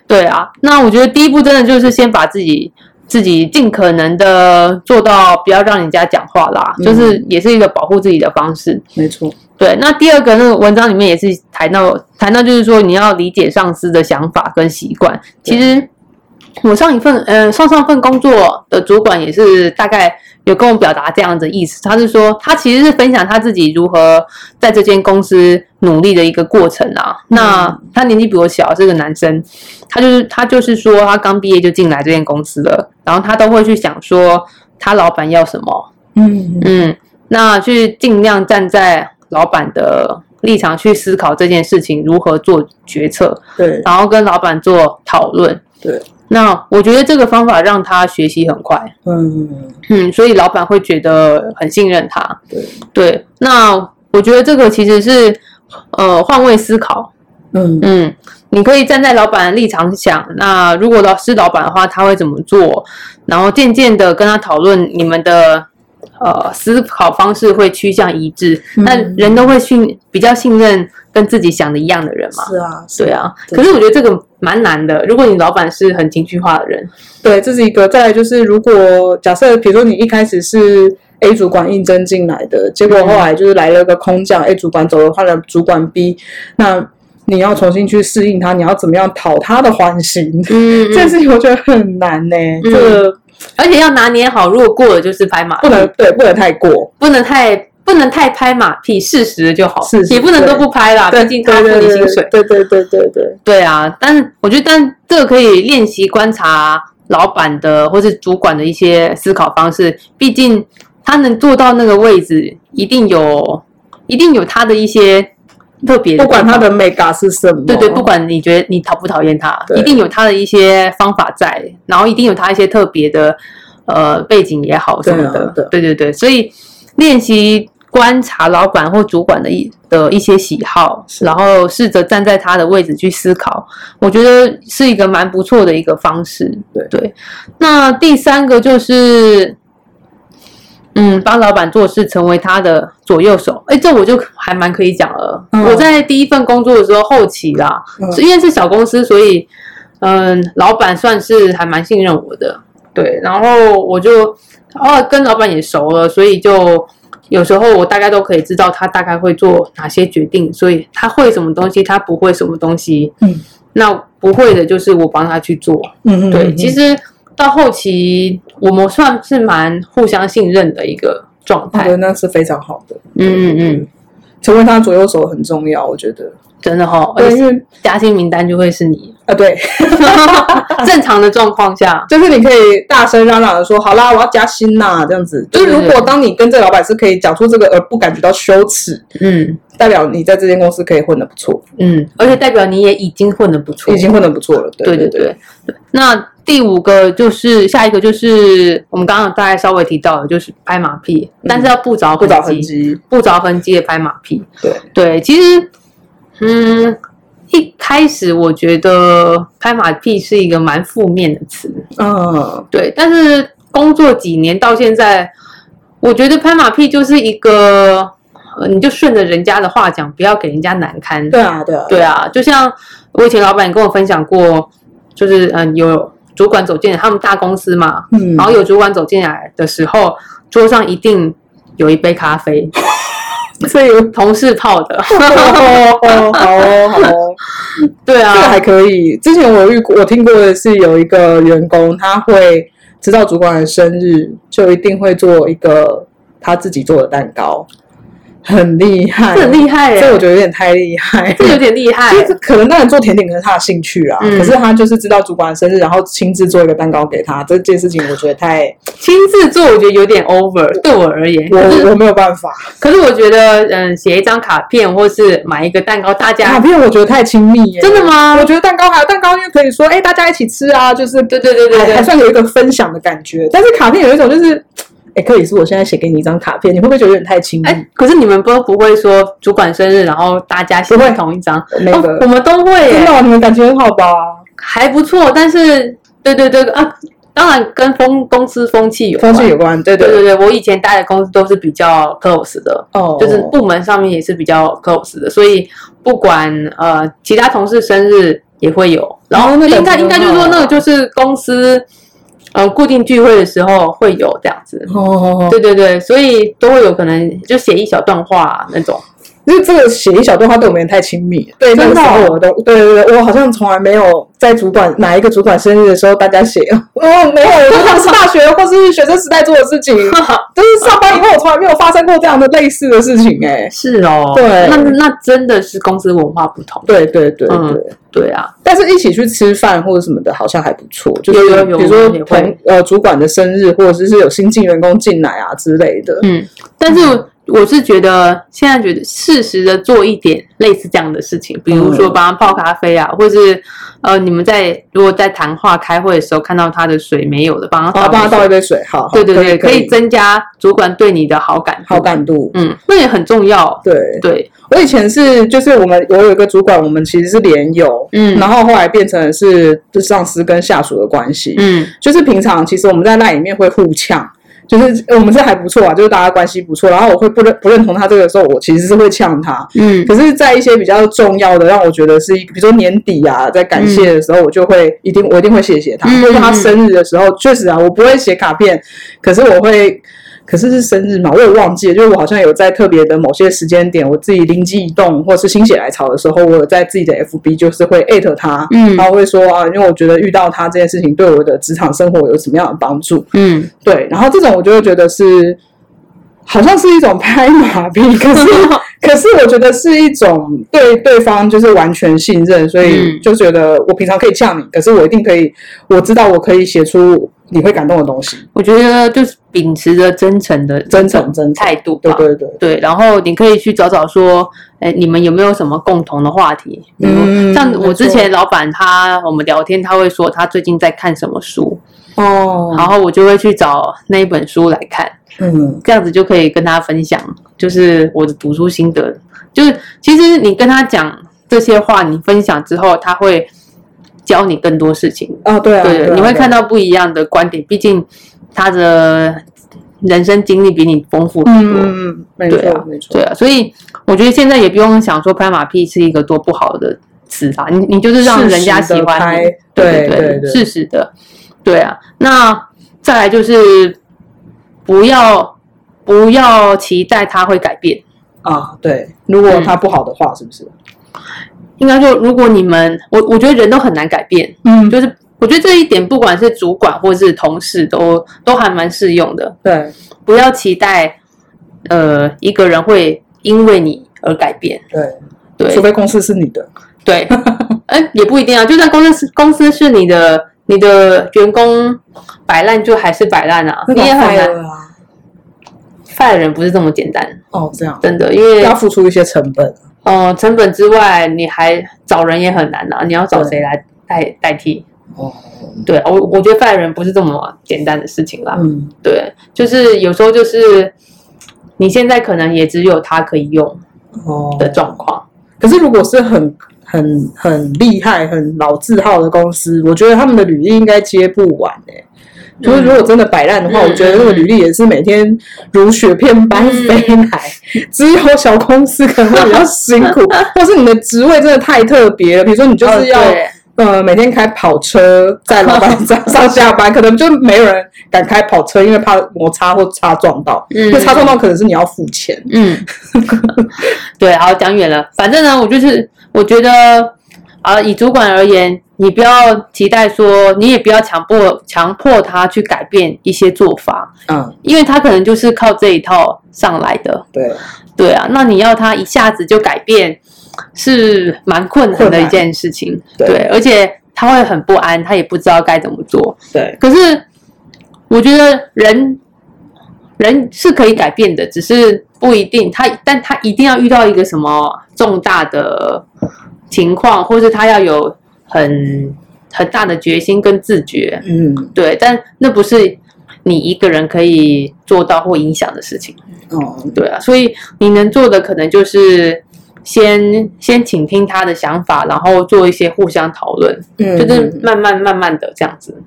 S2: 对啊，那我觉得第一步真的就是先把自己自己尽可能的做到不要让人家讲话啦，
S3: 嗯
S2: 就是也是一个保护自己的方式。
S3: 没错，
S2: 对，那第二个那个文章里面也是谈到谈到，就是说你要理解上司的想法跟习惯。其实我上一份呃上上份工作的主管也是大概有跟我表达这样的意思，他是说他其实是分享他自己如何在这间公司努力的一个过程啊。那他年纪比我小，是个男生，他就是他就是说他刚毕业就进来这间公司了，然后他都会去想说他老板要什么，
S3: 嗯，
S2: 嗯，那去尽量站在老板的立场去思考这件事情如何做决策，
S3: 对
S2: 然后跟老板做讨论。
S3: 对，
S2: 那我觉得这个方法让他学习很快，
S3: 嗯，
S2: 嗯，所以老板会觉得很信任他。
S3: 对，
S2: 对，那我觉得这个其实是呃换位思考，
S3: 嗯，
S2: 嗯，你可以站在老板的立场想，那如果老是老板的话，他会怎么做？然后渐渐的跟他讨论你们的呃思考方式会趋向一致，
S3: 嗯
S2: 那人都会信比较信任跟自己想的一样的人嘛。
S3: 是啊，是
S2: 对啊，
S3: 对
S2: 可是我觉得这个蛮难的。如果你老板是很情绪化的人，
S3: 对，这是一个。再来就是，如果假设比如说你一开始是 A 主管应征进来的，结
S2: 嗯
S3: 果后来就是来了个空降，A 主管走了，换了主管 B，那你要重新去适应他，你要怎么样讨他的欢心？
S2: 嗯
S3: 这事情我觉得很难呢、这个
S2: 而且要拿捏好，如果过了就是拍马屁，
S3: 不能对，不能太过。
S2: 不能太不能太拍马屁，事实就好，
S3: 事实
S2: 也不能都不拍啦，
S3: 对
S2: 毕竟他
S3: 对
S2: 付
S3: 对
S2: 你薪
S3: 对
S2: 水。
S3: 对对对对对，
S2: 对啊，但我觉得，但这个可以练习观察老板的或是主管的一些思考方式。毕竟他能做到那个位置，一定有一定有他的一些特别的
S3: 不
S2: 地方，
S3: 管他的 mega 是什么，
S2: 对对，不管你觉得你讨不讨厌他，
S3: 啊对
S2: 一定有他的一些方法在，然后一定有他一些特别的呃背景也好什么
S3: 对
S2: 的
S3: 啊对啊，
S2: 对对对，所以练习观察老板或主管的一的一些喜好，
S3: 是
S2: 然后试着站在他的位置去思考，我觉得是一个蛮不错的一个方式。
S3: 对
S2: 那第三个就是。嗯，帮老板做事，成为他的左右手。哎，这我就还蛮可以讲了。
S3: 嗯
S2: 我在第一份工作的时候，后期啦，
S3: 嗯
S2: 是因为是小公司，所以嗯，老板算是还蛮信任我的。对，然后我就哦跟老板也熟了，所以就有时候我大概都可以知道他大概会做哪些决定，所以他会什么东西，他不会什么东西。
S3: 嗯，
S2: 那不会的就是我帮他去做。
S3: 嗯，嗯
S2: 对，
S3: 嗯
S2: 其实到后期我们算是蛮互相信任的一个状
S3: 我觉
S2: 态
S3: 得。那是非常好的，
S2: 嗯嗯嗯，
S3: 成为他左右手很重要，我觉得，
S2: 真的哈、哦，而
S3: 对，
S2: 且
S3: 因为
S2: 加薪名单就会是 你。
S3: 啊对。
S2: 正常的状况下，
S3: 就是你可以大声嚷嚷的说：“好啦，我要加薪啦！”这样子，就
S2: 对
S3: 是如果当你跟这个老板是可以讲出这个而不感觉到羞耻，
S2: 嗯
S3: 代表你在这间公司可以混得不错，
S2: 嗯，而且代表你也已经混得不错，
S3: 已经混得不错了。对
S2: 对
S3: 对
S2: 对对。那第五个就是下一个就是我们刚刚大概稍微提到的，就是拍马屁，但是要不着
S3: 嗯不着痕
S2: 痕，
S3: 迹。
S2: 不着痕迹的拍马屁。
S3: 对
S2: 对，其实嗯，一开始我觉得拍马屁是一个蛮负面的词，
S3: 嗯，
S2: 对，但是工作几年到现在，我觉得拍马屁就是一个，呃，你就顺着人家的话讲，不要给人家难堪。
S3: 对啊，对啊，
S2: 对啊，就像我以前老板也跟我分享过，就是嗯，有主管走进来，他们大公司嘛，
S3: 嗯，
S2: 然后有主管走进来的时候，桌上一定有一杯咖啡，
S3: 所以，哦
S2: 同事泡的。
S3: 哦哦，好哦，好哦，
S2: 对
S3: 这个
S2: 啊
S3: 还，可以。之前我遇过，我听过的是有一个员工，他会知道主管的生日，就一定会做一个他自己做的蛋糕，很厉害，
S2: 这很厉害耶、
S3: 这我觉得有点太厉害。
S2: 这有点厉害。
S3: 就是可能那人做甜点可能是他的兴趣啊，
S2: 嗯
S3: 可是他就是知道主管的生日，然后亲自做一个蛋糕给他，这件事情我觉得太
S2: 亲自做我觉得有点 over，对我而言，可是
S3: 我我没有办法。
S2: 可是我觉得，嗯，写一张卡片或是买一个蛋糕，大
S3: 卡
S2: 家
S3: 片啊我觉得太亲密耶，
S2: 真的吗
S3: 我？觉得蛋糕还有蛋糕，因为可以说哎大家一起吃啊，就是
S2: 对对对对
S3: 还还
S2: 对，
S3: 算有一个分享的感觉。但是卡片有一种就是。
S4: 哎，克里斯，我现在写给你一张卡片，你会不会觉得有点太轻
S2: 哎、
S4: 易？
S3: 嗯
S2: 可是你们都不会说主管生日，然后大家写
S4: 不会
S2: 同一张？
S4: 那
S2: 哦
S4: 个，
S2: 我们都会耶
S3: 真的、，哦，你们感情很好吧？
S2: 还不错。但是，对对对啊，当然跟风公司风气有
S3: 风气有
S2: 关。
S3: 关，对
S2: 对
S3: 对
S2: 对对，我以前待的公司都是比较 close 的，
S3: 哦，
S2: 就是部门上面也是比较 close 的，所以不管呃其他同事生日也会有，然后
S3: 哦那感
S2: 应该
S3: 情
S2: 应该就是
S3: 很好
S2: 说
S3: 啊
S2: 那个就是公司呃固定聚会的时候会有这样子，
S4: 哦哦哦，
S2: 对对对，所以都会有可能就写一小段话、那 种，
S3: 因为这个写一小段话对我们也太亲密了。对，那
S2: 真
S3: 个
S2: 的
S3: 时
S2: 哦
S3: 候我都对对对，我好像从来没有在主管哪一个主管生日的时候，大家写 哦没有，我像是大学或是学生时代做的事情， 就是上班以后我从来没有发生过这样的类似的事情哎、
S2: 是哦，
S3: 对
S2: 那那真的是公司文化不同，
S3: 对对对对，
S2: 嗯对啊，
S3: 但是一起去吃饭或者什么的，好像还不错。就是
S2: 有有有
S3: 比如说
S2: 我也会
S3: 同呃主管的生日，或者是有新进员工进来啊之类的。
S2: 嗯，但是我我是觉得现在觉得适时的做一点类似这样的事情，比如说
S3: 嗯
S2: 帮他泡咖啡啊，或是呃你们在如果在谈话开会的时候看到他的水没有的，帮他倒
S3: 好，哦帮他
S2: 水
S3: 倒一杯水。好，好
S2: 对对对，
S3: 可
S2: 可
S3: 以
S2: 以增加主管对你的好感。
S3: 好，感度。
S2: 嗯，那也很重要。
S3: 对，
S2: 对，
S3: 我以前是就是我们我有一个主管，我们其实是连友，
S2: 嗯
S3: 然后后来变成是上司跟下属的关系，
S2: 嗯
S3: 就是平常其实我们在那里面会互呛。就是呃我们是还不错啊，就是大家关系不错。然后我会不认不认同他这个时候，我其实是会呛他。
S2: 嗯
S3: 可是，在一些比较重要的，让我觉得是，比如说年底啊，在感谢的时候，我就会一定我一定会谢谢他，
S2: 嗯
S3: 或者他生日的时候，确实啊，我不会写卡片，可是我会，可是是生日嘛，我也忘记了，就是我好像有在特别的某些时间点，我自己灵机一动，或是心血来潮的时候，我有在自己的 FB 就是会艾特他，
S2: 嗯
S3: 然后会说啊，因为我觉得遇到他这件事情对我的职场生活有什么样的帮助，
S2: 嗯，
S3: 对，然后这种我就会觉得是，好像是一种拍马屁， 可是可是我觉得是一种对对方就是完全信任，所以
S2: 嗯
S3: 就觉得我平常可以呛你，可是我一定可以，我知道我可以写出你会感动的东西。
S2: 我觉得就是秉持着真诚的
S3: 真诚真诚
S2: 态度吧。
S3: 对对对，
S2: 对，然后你可以去找找说，哎，你们有没有什么共同的话题？比如
S3: 嗯
S2: 像
S3: 没
S2: 我之
S3: 错
S2: 前老板他我们聊天，他会说他最近在看什么书，
S3: 哦
S2: 然，后我就会去找那一本书来看，
S3: 嗯，
S2: 这样子就可以跟他分享，就是我的读书心得。就是其实你跟他讲这些话，你分享之后，他会教你更多事情。
S3: 啊，对啊，
S2: 对，
S3: 啊
S2: 你会看，
S3: 对啊
S2: 到不一样的观点，毕竟他的人生经历比你丰富很多。
S3: 嗯，嗯没
S2: 对啊
S3: 错没错
S2: 对，啊，所以我觉得现在也不用想说拍马屁是一个多不好的词啊，你你就是让人家
S3: 适时
S2: 喜
S3: 地
S2: 欢你
S3: 拍，
S2: 对
S3: 对对对
S2: 适时的，对啊。那再来就是啊不要不要期待他会改变，
S3: 啊，对，如果他不好的话，是不是？
S2: 应该说如果你们我我觉得人都很难改变，
S3: 嗯，
S2: 就是我觉得这一点不管是主管或是同事都都还蛮适用的，
S3: 对
S2: 不要期待呃一个人会因为你而改变，
S3: 对，
S2: 对，
S3: 除非公司是你的，
S2: 对，哎、也不一定啊。就算公司是公司是你的，你的员工摆烂就还是摆烂啊，你也很难。
S3: 啊。
S2: fire 人不是这么简单，
S3: 哦，这样
S2: 真的，因为
S3: 要付出一些成本。
S2: 呃成本之外，你还找人也很难啊。你要找谁来代代替？
S3: 哦，
S2: 对我，我觉得 fire 人不是这么简单的事情啦。
S3: 嗯，
S2: 对，就是有时候就是你现在可能也只有他可以用
S3: 哦
S2: 的状况。
S3: 可是如果是很很很厉害、很老字号的公司，我觉得他们的履历应该接不完诶、就是如果真的摆烂的话，
S2: 嗯
S3: 我觉得那个履历也是每天如雪片般飞来。
S2: 嗯
S3: 只有小公司可能会比较辛 苦，或是你的职位真的太特别了，比如说你就是要、
S2: 哦对
S3: 呃每天开跑车在 老板家上下班，可能就没有人敢开跑车，因为怕摩擦或擦撞到。
S2: 嗯
S3: 那擦撞到可能是你要付钱。
S2: 嗯， 对，好，讲远了。反正呢，我就是我觉得啊，以主管而言，你不要期待说，你也不要强迫强迫他去改变一些做法，
S3: 嗯，
S2: 因为他可能就是靠这一套上来的。
S3: 对。
S2: 对啊，那你要他一下子就改变，是蛮困难
S3: 困
S2: 的
S3: 难
S2: 一件事情。
S3: 对
S2: 而且他会很不安，他也不知道该怎么做。
S3: 对，
S2: 可是我觉得人人是可以改变的，只是不一定他，但他一定要遇到一个什么重大的情况，或是他要有很很大的决心跟自觉，
S3: 嗯，
S2: 对，但那不是。你一个人可以做到或影响的事情。
S3: 哦，
S2: 对啊，所以你能做的可能就是先先倾听他的想法，然后做一些互相讨论，
S3: 嗯
S2: 就是慢慢慢慢的这样子。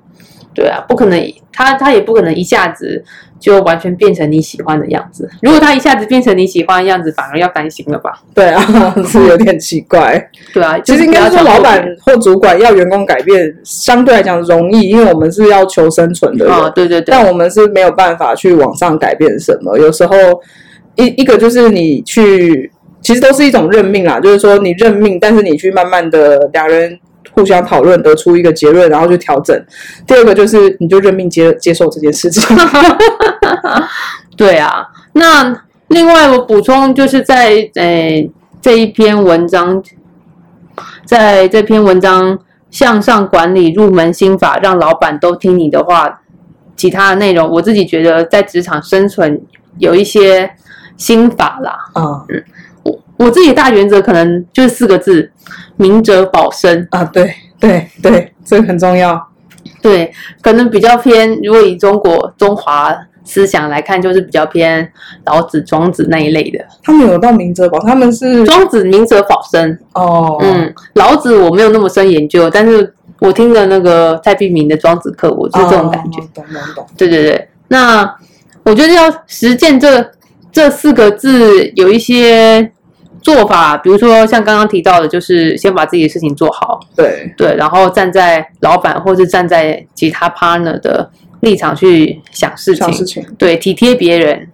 S2: 对啊，不可能，他他也不可能一下子就完全变成你喜欢的样子。如果他一下子变成你喜欢的样子，反而要担心了吧？
S3: 对啊， 是有点奇 怪。
S2: 对啊，
S3: 其实应该
S2: 就是是
S3: 说，
S2: 不要
S3: 老
S2: 强迫
S3: 板或主管要员工改变，相对来讲容易，因为我们是要求生存的
S2: 别人
S3: 人，
S2: 啊，对对对，
S3: 但我们是没有办法去往上改变什么。有时候一一个就是你去，其实都是一种任命啦，就是说你任命，但是你去慢慢的两人互相讨论，得出一个结论，然后去调整。第二个就是你就任命接接受这 件事情。
S2: 对啊，那另外我补充就是在诶、这一篇文章，在这篇文章向上管理入门心法，让老板都听你的话，其他的内容我自己觉得在职场生存有一些心法啦。
S3: 啊
S2: 我我自己的大原则可能就是四个字：明哲保身。
S3: 啊，对对对，这个很重要。
S2: 对，可能比较偏，如果以中国中华思想来看，就是比较偏老子、庄子那一类的。
S3: 他们有到明哲保，他们是
S2: 庄子明哲保身，
S3: 哦，
S2: 嗯，老子我没有那么深研究，但是我听的那个蔡璧名的庄子课，我是这种感觉。
S3: 哦，懂懂懂，
S2: 对对对，那我觉得要实践这这四个字，有一些做法，比如说像刚刚提到的，就是先把自己的事情做好，
S3: 对，
S2: 对，然后站在老板或是站在其他 partner 的立场去想事
S3: 小
S2: 情，
S3: 事情，
S2: 对，体贴别人。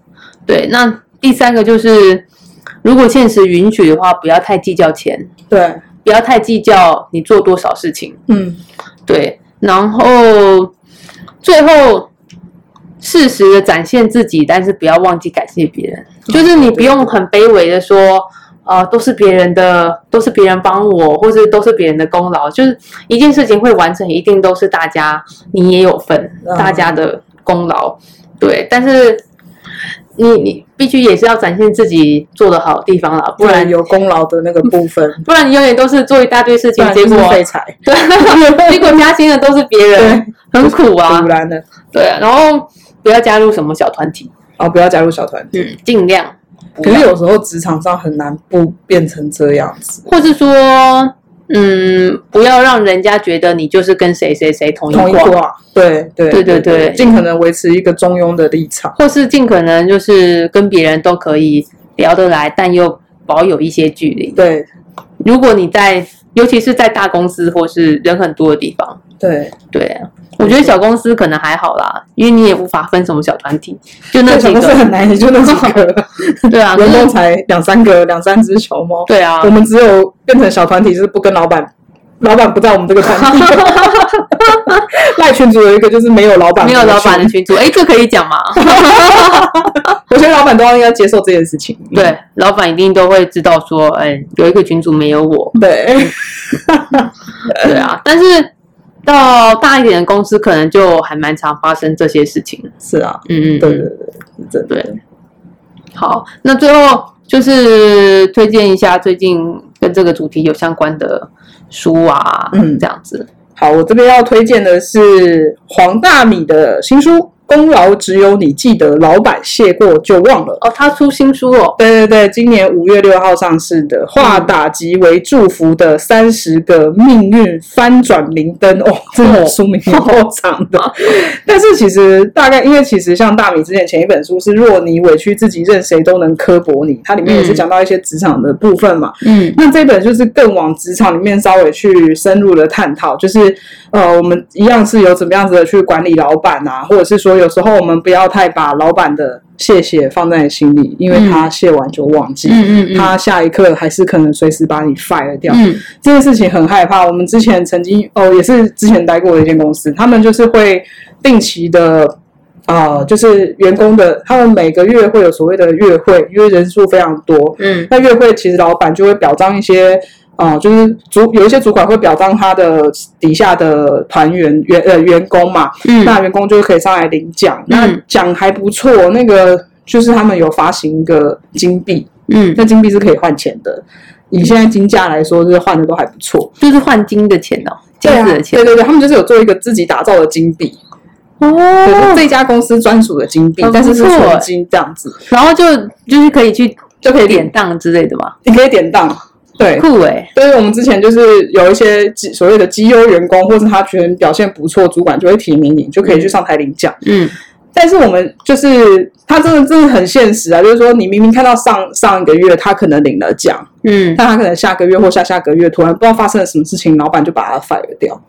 S2: 对，那第三个就是，如果现实允许的话，不要太计较钱，
S3: 对，
S2: 不要太计较你做多少事情。
S3: 嗯，
S2: 对，然后最后适时的展现自己，但是不要忘记感谢别人。
S3: 嗯
S2: 就是你不用很卑微的说，呃，都是别人的，都是别人帮我，或是都是别人的功劳。就是一件事情会完成，一定都是大家你也有份，
S3: 嗯
S2: 大家的功劳。对，但是你你必须也是要展现自己做得好的地方啦，不
S3: 不然
S2: 然
S3: 有功劳的那个部分，
S2: 不然你永远都是做一大堆事
S3: 不
S2: 情，嗯
S3: 然
S2: 结
S3: 就是
S2: 果
S3: 废材，
S2: 对， 结果加薪的都是别人，很苦啊
S3: 突。然的。
S2: 对啊，然后不要加入什么小团体，
S3: 哦，不要加入小团体。
S2: 嗯，尽量，
S3: 可是有时候职场上很难不变成这样子，
S2: 或是说，嗯，不要让人家觉得你就是跟谁谁谁同一
S3: 同一
S2: 挂，
S3: 挂，对对
S2: 对对对
S3: 尽可能维持一个中庸的立场。
S2: 或是尽可能就是跟别人都可以聊得来，但又保有一些距离。
S3: 对
S2: 如果你在，尤其是在大公司或是人很多的地方，
S3: 对，
S2: 对啊，我觉得小公司可能还好啦，因为你也无法分什么小团体，就那
S3: 这
S2: 几
S3: 小公司
S2: 个，
S3: 很难，也就那几个，
S2: 对 啊，可
S3: 员
S2: 是
S3: 工才两三个，两三只小猫。
S2: 对啊
S3: 我，们只有变成小团体，就是不跟老板， 老板不在我们这个团体。赖群主有一个就是没有老 板，
S2: 没有老板的，群主，哎，这可以讲吗？
S3: 我觉得老板都要应该接受这件事情。
S2: 对，老板一定都会知道说，哎，有一个群主没有 我，
S3: 对，
S2: 对啊。但是到大一点的公司，可能就还蛮常发生这些事情。
S3: 是啊，
S2: 嗯嗯，
S3: 对对对，是真的。
S2: 对。好，那最后就是推荐一下最近跟这个主题有相关的书啊，
S3: 嗯
S2: 这样子。
S3: 好，我这边要推荐的是黄大米的新书《功劳只有你记得，老板谢过就忘了》。
S2: 哦，他出新书哦，
S3: 对对对，今年五月六号上市的，化打击为祝福的三十个命运翻转明灯哦，这本书名有够长的。但是其实大概，因为其实像大米之前前一本书是《若你委屈自己，任谁都能刻薄你》，它里面也是
S2: 嗯
S3: 讲到一些职场的部分嘛。
S2: 嗯
S3: 那这本就是更往职场里面稍微去深入的探讨，就是呃，我们一样是有怎么样子的去管理老板啊，或者是说有时候我们不要太把老板的谢谢放在心里，因为他谢完就忘记，
S2: 嗯
S3: 他下一刻还是可能随时把你 fire 掉。
S2: 嗯
S3: 这件事情很害怕。我们之前曾经哦，也是之前待过的一间公司，他们就是会定期的。呃，就是员工的，他们每个月会有所谓的月会，因为人数非常多，
S2: 嗯
S3: 那月会其实老板就会表彰一些，呃，就是主有一些主管会表彰他的底下的团员员呃员工嘛，
S2: 嗯
S3: 那员工就可以上来领奖，那奖还不错，那个就是他们有发行一个金币，
S2: 嗯，
S3: 那金币是可以换钱的，以现在金价来说，就是换的都还不错，啊
S2: 就是换金的钱哦，金子的钱
S3: 对啊对对对，他们就是有做一个自己打造的金币。就是
S2: 哦，
S3: 这家公司专属的金币
S2: 哦，
S3: 但是是
S2: 不错
S3: 纯金这样子，
S2: 然后就就是可以去
S3: 就可以
S2: 典当之类的嘛，
S3: 你可以典当，对。
S2: 酷欸诶，
S3: 就是我们之前就是有一些绩所谓的绩优员工，或是他觉得你表现不错，主管就会提名你，就可以去上台领奖。
S2: 嗯，
S3: 但是我们就是他真的真的很现实啊，就是说你明明看到上上一个月他可能领了奖，
S2: 嗯，
S3: 但他可能下个月或下下个月突然不知道发生了什么事情，老板就把他 fire 掉，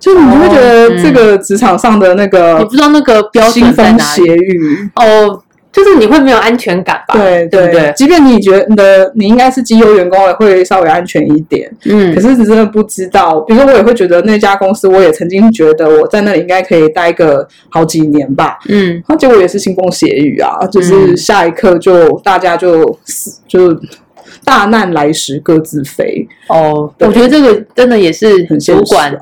S3: 就是你就会
S2: 哦
S3: 觉得
S2: 嗯
S3: 这个职场上的那
S2: 你
S3: 个
S2: 不知道那个标
S3: 腥
S2: 准在
S3: 呃风
S2: 哪
S3: 血
S2: 里
S3: 雨，
S2: 哦，就是你会没有安全感吧？
S3: 对
S2: 对不对
S3: 即便你觉得你应该是绩优员工了，会稍微安全一点，可
S2: 嗯，
S3: 是你真的不知道，比如说我也会觉得那家公司，我也曾经觉得我在那里应该可以待个好几年吧，
S2: 嗯，
S3: 那结果也是腥风血雨啊，就是
S2: 嗯
S3: 下一刻就大家就死就大难来时各自飞，
S2: 哦，
S3: 对
S2: 我觉得这个真的也是
S3: 很现
S2: 主
S3: 实啊
S2: 管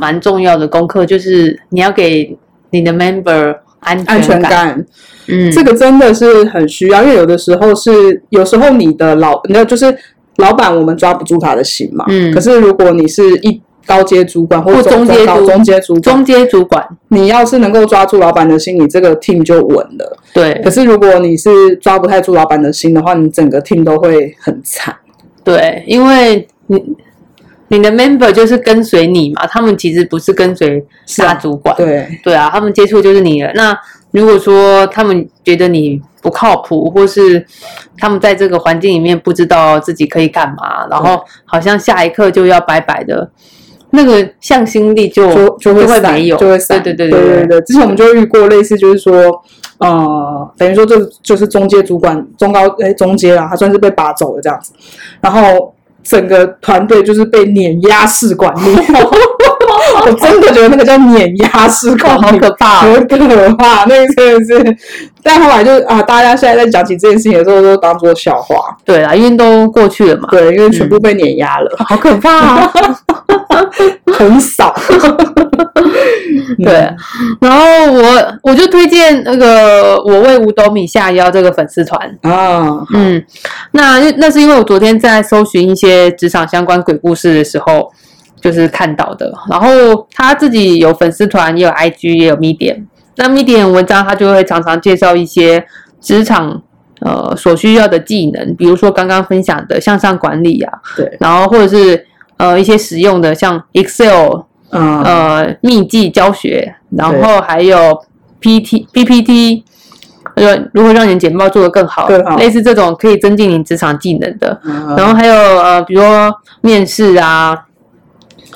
S2: 蛮重要的功课，就是你要给你的 member 安
S3: 安全
S2: 感。
S3: 感
S2: 嗯，
S3: 这个真的是很需要，因为有的时候是有时候你的老那就是老板我们抓不住他的心嘛，
S2: 嗯
S3: 可是如果你是一。高阶主管或
S2: 或
S3: 中
S2: 中阶
S3: 高
S2: 主
S3: 中阶主管，
S2: 中阶主管
S3: 你要是能够抓住老板的心，你这个 team 就稳了。
S2: 对
S3: 可是如果你是抓不太住老板的心的话，你整个 team 都会很惨。
S2: 对，因为你你的 member 就是跟随你嘛，他们其实不是跟随
S3: 是
S2: 大
S3: 啊
S2: 主管，
S3: 对，
S2: 对啊，他们接触就是你了。那如果说他们觉得你不靠谱，或是他们在这个环境里面不知道自己可以干嘛，然后好像下一刻就要拜拜的，那个向心力哦就
S3: 就就会
S2: 会
S3: 散
S2: 没有，
S3: 就会
S2: 对
S3: 散。
S2: 对对
S3: 对
S2: 对，
S3: 之前我们就遇过类似，就是说，呃，等于说这就是中阶主管、中高哎中阶啦，他算是被拔走了这样子，然后整个团队就是被碾压式管理。 我真的觉得那个叫碾压式管
S2: 哦
S3: 理，
S2: 好可怕哦
S3: 很可怕，那个真的是。但后来就啊，大家现在在讲起这件事情的时候，都当做笑话。
S2: 对啊啦，因为都过去了嘛，
S3: 对，因为全部被碾压了，
S2: 嗯好可怕啊！
S3: 很少。
S2: 对，然后我我就推荐那个我为五斗米下腰这个粉丝团，
S3: 嗯啊，
S2: 嗯，那那是因为我昨天在搜寻一些职场相关鬼故事的时候，就是看到的。然后他自己有粉丝团，也有 IG，也有 Medium。那 Medium 文章他就会常常介绍一些职场呃所需要的技能，比如说刚刚分享的向上管理啊，
S3: 对，
S2: 然后或者是呃一些实用的像 Excel
S3: 嗯，
S2: 呃秘技教学，然
S3: 对
S2: 后还有 PT PPT，呃，如何让你的简报做得更好，
S3: 更好
S2: 类似这种可以增进你职场技能的。然
S3: 然
S2: 后还有呃，比如说面试啊，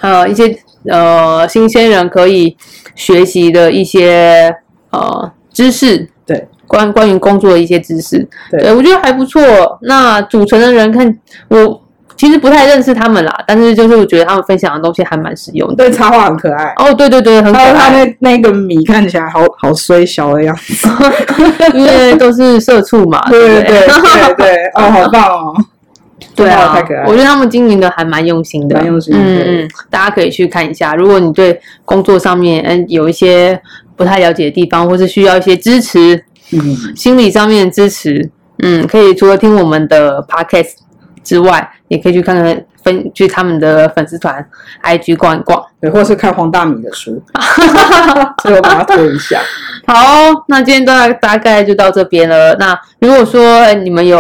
S2: 呃，一些呃新鲜人可以学习的一些呃知识，
S3: 对，
S2: 关关于工作的一些知识，
S3: 对
S2: 我觉得还不错。那组成的人看我。其实不太认识他们啦，但是就是我觉得他们分享的东西还蛮实用的。
S3: 对插画很可爱，
S2: 哦，对对对，很可
S3: 还有他
S2: 爱，
S3: 那那个米看起来好好衰小的样子。
S2: 因 为都是社畜嘛，对
S3: 对
S2: 不
S3: 对
S2: 对
S3: 对 对，哦，好棒哦！
S2: 对啊，
S3: 太可爱了
S2: 我觉得他们经营的还蛮用心的，
S3: 蛮用心的对
S2: 嗯嗯，大家可以去看一下。如果你对工作上面嗯有一些不太了解的地方，或是需要一些支持，
S3: 嗯，
S2: 心理上面的支持，嗯，可以除了听我们的 podcast 之外，也可以去看看分去他们的粉丝团 IG 逛一逛。
S3: 对，或是看黄大米的 书，所以我把它推一下。
S2: 好，那今天大大概就到这边了。那如果说呃你们有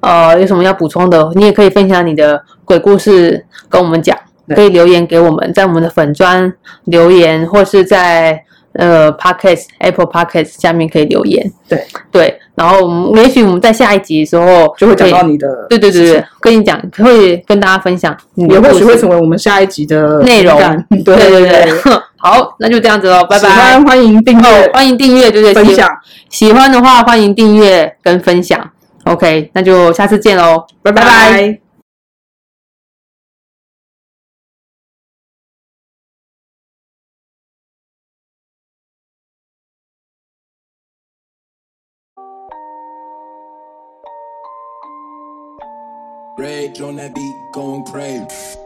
S2: 呃有什么要补充的，你也可以分享你的鬼故事跟我们讲，
S3: 对
S2: 可以留言给我们，在我们的粉砖留言，或是在呃 Podcast Apple Podcast 下面可以留言。
S3: 对
S2: 对，然后我们也许我们在下一集的时候
S3: 就会讲到
S2: 可以。
S3: 你的，
S2: 对对对对，跟你讲，会跟大家分享你的
S3: 也或许
S2: 故
S3: 会
S2: 事
S3: 成为我们下一集的
S2: 内容
S3: 灵感。对
S2: 对对
S3: 对
S2: 对， 好，那就这样子喽，拜
S3: 喜
S2: 拜
S3: 欢。欢迎订
S2: 哦
S3: 阅、
S2: 欢迎订阅，对对，
S3: 分
S2: 喜
S3: 享，
S2: 喜欢的话，欢迎订阅跟分享。OK，那就下次见喽，
S3: 拜
S2: 拜拜
S3: 拜。
S1: Rage on that beat, going crazy.